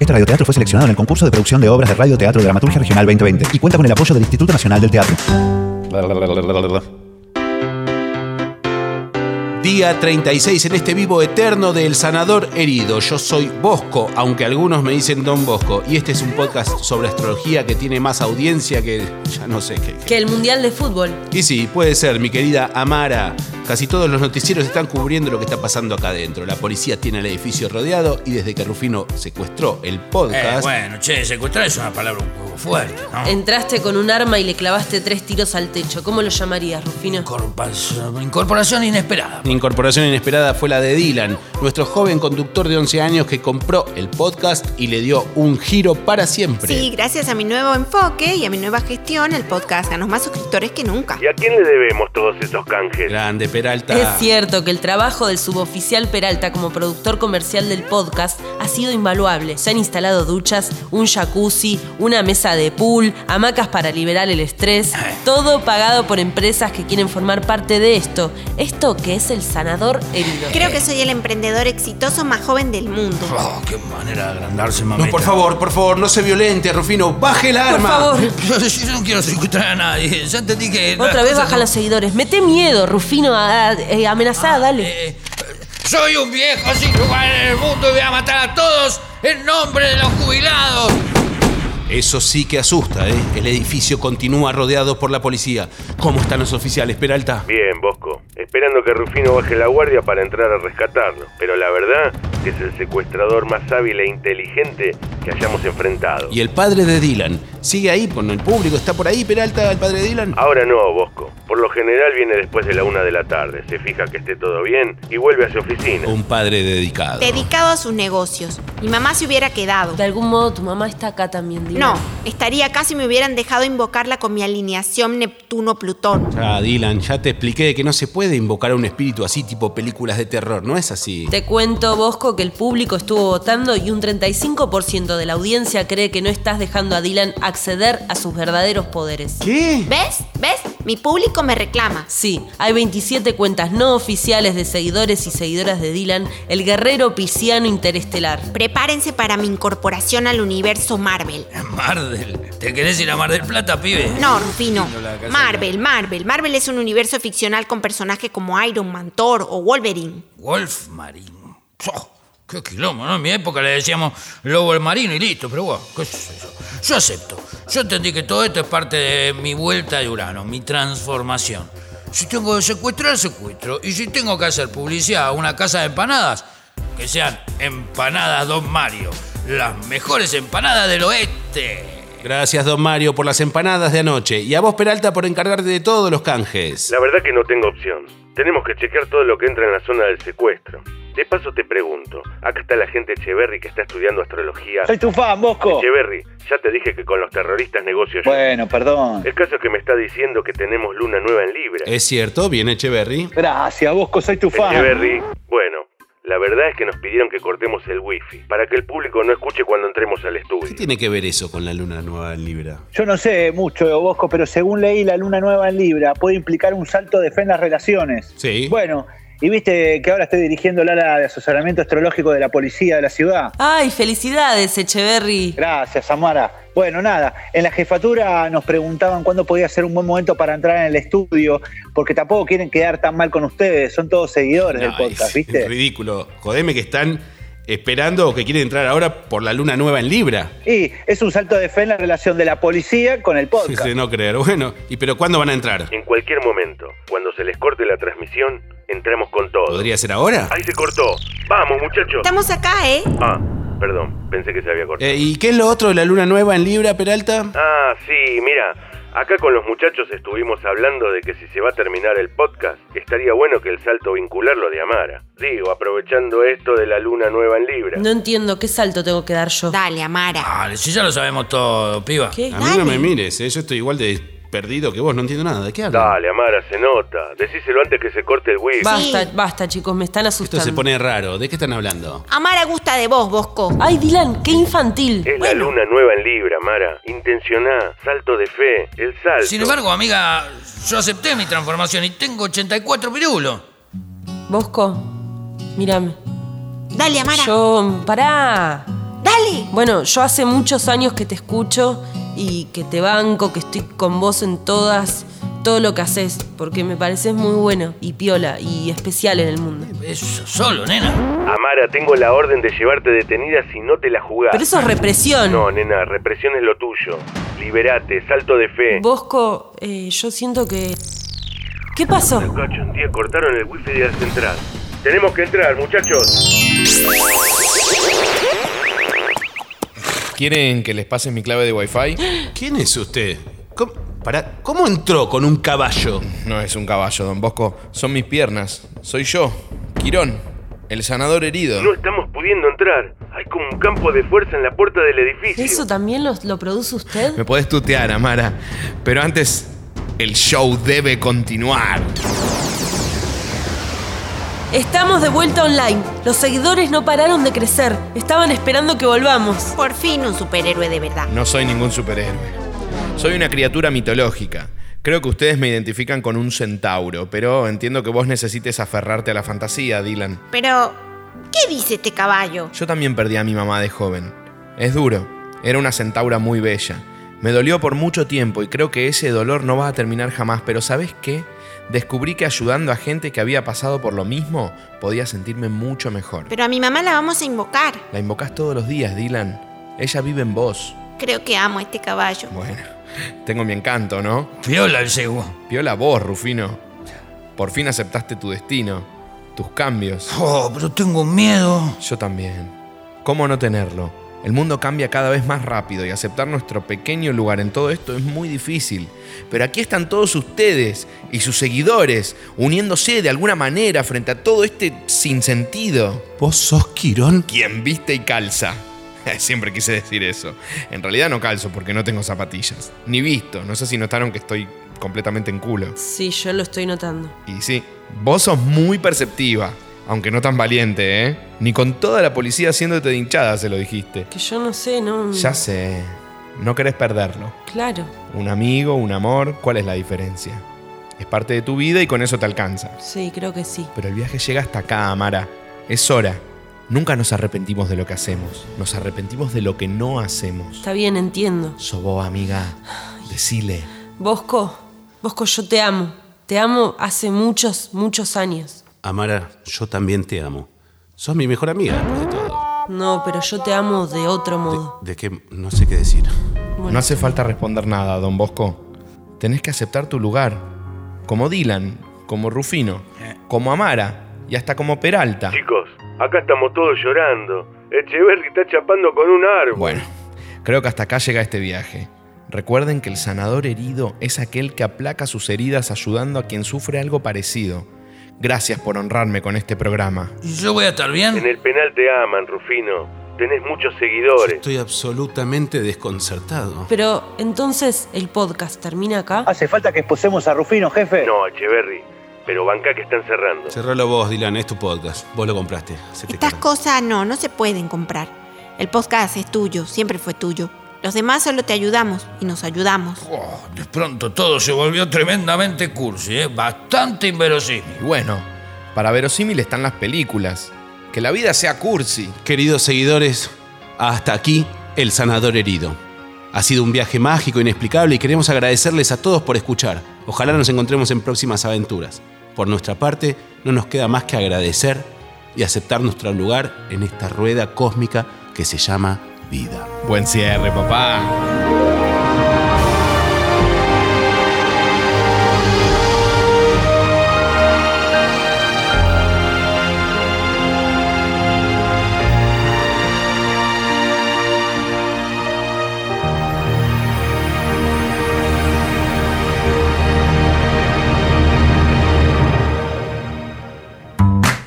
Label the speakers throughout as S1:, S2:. S1: Este radioteatro fue seleccionado en el concurso de producción de obras de Radio Teatro Dramaturgia Regional 2020 y cuenta con el apoyo del Instituto Nacional del Teatro.
S2: Día 36 en este vivo eterno del sanador herido. Yo soy Bosco, aunque algunos me dicen Don Bosco. Y este es un podcast sobre astrología que tiene más audiencia que ya no sé qué.
S3: Que el Mundial de Fútbol.
S2: Y sí, puede ser, mi querida Amara. Casi todos los noticieros están cubriendo lo que está pasando acá adentro. La policía tiene el edificio rodeado y desde que Rufino secuestró el
S4: Eh,
S2: podcast,
S4: bueno, che, secuestrar es una palabra un poco fuerte, ¿no?
S3: Entraste con un arma y le clavaste tres tiros al techo. ¿Cómo lo llamarías, Rufino?
S4: Incorporación, incorporación inesperada.
S2: La incorporación inesperada fue la de Dylan, nuestro joven conductor de 11 años que compró el podcast y le dio un giro para siempre.
S5: Sí, gracias a mi nuevo enfoque y a mi nueva gestión, el podcast ganó más suscriptores que nunca.
S6: ¿Y a quién le debemos todos esos canjes?
S2: Grande, Peralta.
S3: Es cierto que el trabajo del suboficial Peralta como productor comercial del podcast ha sido invaluable. Se han instalado duchas, un jacuzzi, una mesa de pool, hamacas para liberar el
S4: Eh.
S3: estrés, todo pagado por empresas que quieren formar parte de esto. Esto que es el sanador herido.
S5: Creo que soy el emprendedor exitoso más joven del mundo.
S4: Oh, qué manera de agrandarse, mamita.
S2: No, por favor, por favor, no se violente, Rufino. Baje el
S3: Por
S2: arma.
S3: favor,
S4: Yo, yo no quiero secuestrar a nadie. Ya te dije. las
S3: otra vez
S4: cosas
S3: baja
S4: no-
S3: los seguidores. Mete miedo, Rufino, a- a- eh, amenazá, dale.
S4: Eh, soy un viejo sin lugar en el mundo y voy a matar a todos en nombre de los jubilados.
S2: Eso sí que asusta, ¿eh? El edificio continúa rodeado por la policía. ¿Cómo están los oficiales, Peralta?
S6: Bien, Bosco. Esperando que Rufino baje la guardia para entrar a rescatarlo. Pero la verdad que es el secuestrador más hábil e inteligente que hayamos enfrentado.
S2: Y el padre de Dylan. ¿Sigue ahí con el público? ¿Está por ahí, Peralta, el padre de Dylan?
S6: Ahora no, Bosco. Por lo general viene después de la una de la tarde. Se fija que esté todo bien y vuelve a su oficina.
S2: Un padre dedicado.
S5: Dedicado a sus negocios. Mi mamá se hubiera quedado.
S3: De algún modo tu mamá está acá también, dime.
S5: No, estaría acá si me hubieran dejado invocarla con mi alineación Neptuno-Plutón.
S2: Ya, Dylan, ya te expliqué que no se puede invocar a un espíritu así tipo películas de terror, ¿no es así?
S3: Te cuento, Bosco, que el público estuvo votando y un 35% de la audiencia cree que no estás dejando a Dylan acceder a sus verdaderos poderes.
S2: ¿Qué?
S5: ¿Ves? ¿Ves? Mi público me reclama.
S3: Sí, hay 27 cuentas no oficiales de seguidores y seguidoras de Dylan, el guerrero pisciano interestelar.
S5: Prepárense para mi incorporación al universo Marvel.
S4: Mar del. ¿Te querés ir a Mar del Plata, pibe?
S5: No, Rufino.
S4: Lindo la casa.
S5: Marvel, Marvel. Marvel es un universo ficcional con personajes como Iron Man, Thor o Wolverine.
S4: Wolf marino. Oh, ¡Qué quilombo, ¿no? En mi época le decíamos lobo al marino y listo, pero bueno, qué sé yo. Yo acepto. Yo entendí que todo esto es parte de mi vuelta de Urano, mi transformación. Si tengo que secuestrar, secuestro. Y si tengo que hacer publicidad a una casa de empanadas, que sean empanadas Don Mario. Las mejores empanadas del oeste.
S2: Gracias, don Mario, por las empanadas de anoche. Y a vos, Peralta, por encargarte de todos los canjes.
S6: La verdad que no tengo opción. Tenemos que chequear todo lo que entra en la zona del secuestro. De paso te pregunto, acá está la gente Echeverry que está estudiando astrología.
S7: Soy tu fan, Bosco.
S6: Echeverry, ya te dije que con los terroristas negocio yo.
S7: Bueno, perdón.
S6: El caso es que me está diciendo que tenemos luna nueva en Libra.
S2: ¿Es cierto? Bien, Echeverry.
S7: Gracias, Bosco, soy tu fan.
S6: Echeverry, bueno, la verdad es que nos pidieron que cortemos el wifi para que el público no escuche cuando entremos al
S2: ¿Qué
S6: estudio.
S2: tiene que ver eso con la luna nueva en Libra?
S7: Yo no sé mucho de Bosco, pero según leí, la luna nueva en Libra puede implicar un salto de fe en las relaciones.
S2: Sí.
S7: Bueno, y viste que ahora estoy dirigiendo el ala de asesoramiento astrológico de la policía de la ciudad.
S3: ¡Ay, felicidades, Echeverry!
S7: Gracias, Amara. Bueno, nada, en la jefatura nos preguntaban cuándo podía ser un buen momento para entrar en el estudio, porque tampoco quieren quedar tan mal con ustedes, son todos seguidores del
S2: No,
S7: podcast,
S2: es-
S7: ¿viste?
S2: es ridículo. Jodeme que están esperando o que quieren entrar ahora por la luna nueva en Libra.
S7: Y es un salto de fe en la relación de la policía con el podcast.
S2: De no creer. Bueno, ¿y pero cuándo van a entrar?
S6: En cualquier momento, cuando se les corte la transmisión, entramos con todo.
S2: ¿Podría ser ahora?
S6: Ahí se cortó. Vamos, muchachos.
S5: Estamos acá, ¿eh?
S6: Ah, perdón, pensé que se había cortado.
S2: Eh, ¿Y qué es lo otro de la luna nueva en Libra, Peralta?
S6: Ah, sí, mira, acá con los muchachos estuvimos hablando de que si se va a terminar el podcast, estaría bueno que el salto vincular lo de Amara. Digo, aprovechando esto de la luna nueva en Libra.
S3: No entiendo qué salto tengo que dar yo.
S5: Dale, Amara.
S4: Ah, si ya lo sabemos todo, piba.
S3: ¿Qué?
S2: A mí no me mires, eh, yo estoy igual de perdido que vos, no entiendo nada. ¿De qué hablas?
S6: Dale, Amara, se nota. Decíselo antes que se corte el wifi.
S3: Basta, basta, chicos, me están
S2: Esto
S3: asustando.
S2: se pone raro. ¿De qué están hablando?
S5: Amara gusta de vos, Bosco.
S3: ¡Ay, Dylan, qué infantil!
S6: Es la luna nueva en Libra, Amara. Intencioná, salto de fe, el salto.
S4: Sin embargo, amiga, yo acepté mi transformación y tengo 84 pirulos.
S3: Bosco, mírame.
S5: Dale, Amara.
S3: Yo, pará.
S5: Dale.
S3: Bueno, yo hace muchos años que te escucho y que te banco, que estoy con vos en todas, todo lo que haces, porque me pareces muy bueno y piola y especial en el mundo.
S4: Eso solo, nena.
S6: Amara, tengo la orden de llevarte detenida si no te la jugás.
S3: Pero eso es represión.
S6: No, nena, represión es lo tuyo. Liberate, salto de fe.
S3: Bosco, eh, yo siento que... ¿Qué pasó?
S6: Cacho, un día cortaron el wifi de la central. Tenemos que entrar, muchachos.
S8: ¿Quieren que les pase mi clave de Wi-Fi?
S2: ¿Quién es usted? ¿Cómo, pará, ¿cómo entró con un caballo?
S8: No es un caballo, don Bosco. Son mis piernas. Soy yo, Quirón, el sanador herido.
S6: No estamos pudiendo entrar. Hay como un campo de fuerza en la puerta del edificio.
S3: ¿Eso también lo, lo produce usted?
S8: Me podés tutear, Amara. Pero antes, el show debe continuar.
S3: Estamos de vuelta online. Los seguidores no pararon de crecer. Estaban esperando que volvamos.
S5: Por fin un superhéroe de verdad.
S8: No soy ningún superhéroe. Soy una criatura mitológica. Creo que ustedes me identifican con un centauro, pero entiendo que vos necesites aferrarte a la fantasía, Dylan.
S5: Pero, ¿qué dice este caballo?
S8: Yo también perdí a mi mamá de joven. Es duro. Era una centaura muy bella. Me dolió por mucho tiempo y creo que ese dolor no va a terminar jamás, pero ¿sabes qué? Descubrí que ayudando a gente que había pasado por lo mismo podía sentirme mucho mejor.
S5: Pero a mi mamá la vamos a invocar.
S8: La invocás todos los días, Dylan. Ella vive en vos.
S5: Creo que amo a este caballo.
S8: Bueno, tengo mi encanto, ¿no?
S4: Viola el cebo.
S8: Piola vos, Rufino. Por fin aceptaste tu destino, tus cambios.
S4: Oh, pero tengo miedo.
S8: Yo también. ¿Cómo no tenerlo? El mundo cambia cada vez más rápido y aceptar nuestro pequeño lugar en todo esto es muy difícil. Pero aquí están todos ustedes y sus seguidores uniéndose de alguna manera frente a todo este sinsentido.
S2: ¿Vos sos Quirón?
S8: Quien viste y calza. Siempre quise decir eso. En realidad no calzo porque no tengo zapatillas. Ni visto. No sé si notaron que estoy completamente en culo.
S3: Sí, yo lo estoy notando.
S8: Y sí, vos sos muy perceptiva, aunque no tan valiente, ¿eh? Ni con toda la policía haciéndote de hinchada se lo dijiste.
S3: Que yo no sé, no.
S8: Ya sé, no querés perderlo.
S3: Claro,
S8: Un amigo, un amor, ¿cuál es la diferencia? Es parte de tu vida y con eso te alcanza.
S3: sí, creo que sí.
S8: Pero el viaje llega hasta acá, Amara. Es hora. Nunca nos arrepentimos de lo que hacemos. Nos arrepentimos de lo que no hacemos.
S3: Está bien, entiendo.
S8: Sobó, amiga. Decile.
S3: Bosco, Bosco, yo te amo. Te amo hace muchos, muchos años.
S2: Amara, yo también te amo. Sos mi mejor amiga, después de todo.
S3: No, pero yo te amo de otro modo.
S2: De que no sé qué decir.
S8: No hace falta responder nada, don Bosco. Tenés que aceptar tu lugar. Como Dylan, como Rufino, como Amara y hasta como Peralta.
S6: Chicos, acá estamos todos llorando. Echeverry está chapando con un árbol.
S8: Bueno, creo que hasta acá llega este viaje. Recuerden que el sanador herido es aquel que aplaca sus heridas ayudando a quien sufre algo parecido. Gracias por honrarme con este programa.
S4: ¿Y yo voy a estar bien?
S6: En el penal te aman, Rufino. Tenés muchos seguidores.
S2: Estoy absolutamente desconcertado.
S3: Pero entonces el podcast termina acá.
S7: ¿Hace falta que expusemos a Rufino, jefe?
S6: No, Echeverry. Pero banca que están cerrando.
S2: Cerralo vos, Dylan, es tu podcast. Vos lo compraste. Se te
S5: Estas
S2: queda.
S5: cosas no, no se pueden comprar. El podcast es tuyo, siempre fue tuyo. Los demás solo te ayudamos y nos ayudamos.
S4: Oh, de pronto todo se volvió tremendamente cursi, ¿eh? bastante inverosímil.
S8: Y bueno, para verosímil están las películas. Que la vida sea cursi.
S2: Queridos seguidores, hasta aquí el sanador herido. Ha sido un viaje mágico, inexplicable y queremos agradecerles a todos por escuchar. Ojalá nos encontremos en próximas aventuras. Por nuestra parte, no nos queda más que agradecer y aceptar nuestro lugar en esta rueda cósmica que se llama vida.
S8: Buen cierre, papá.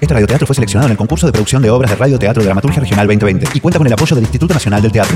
S1: Este radioteatro fue seleccionado en el concurso de producción de obras de Radio Teatro Dramaturgia Regional 2020 y cuenta con el apoyo del Instituto Nacional del Teatro.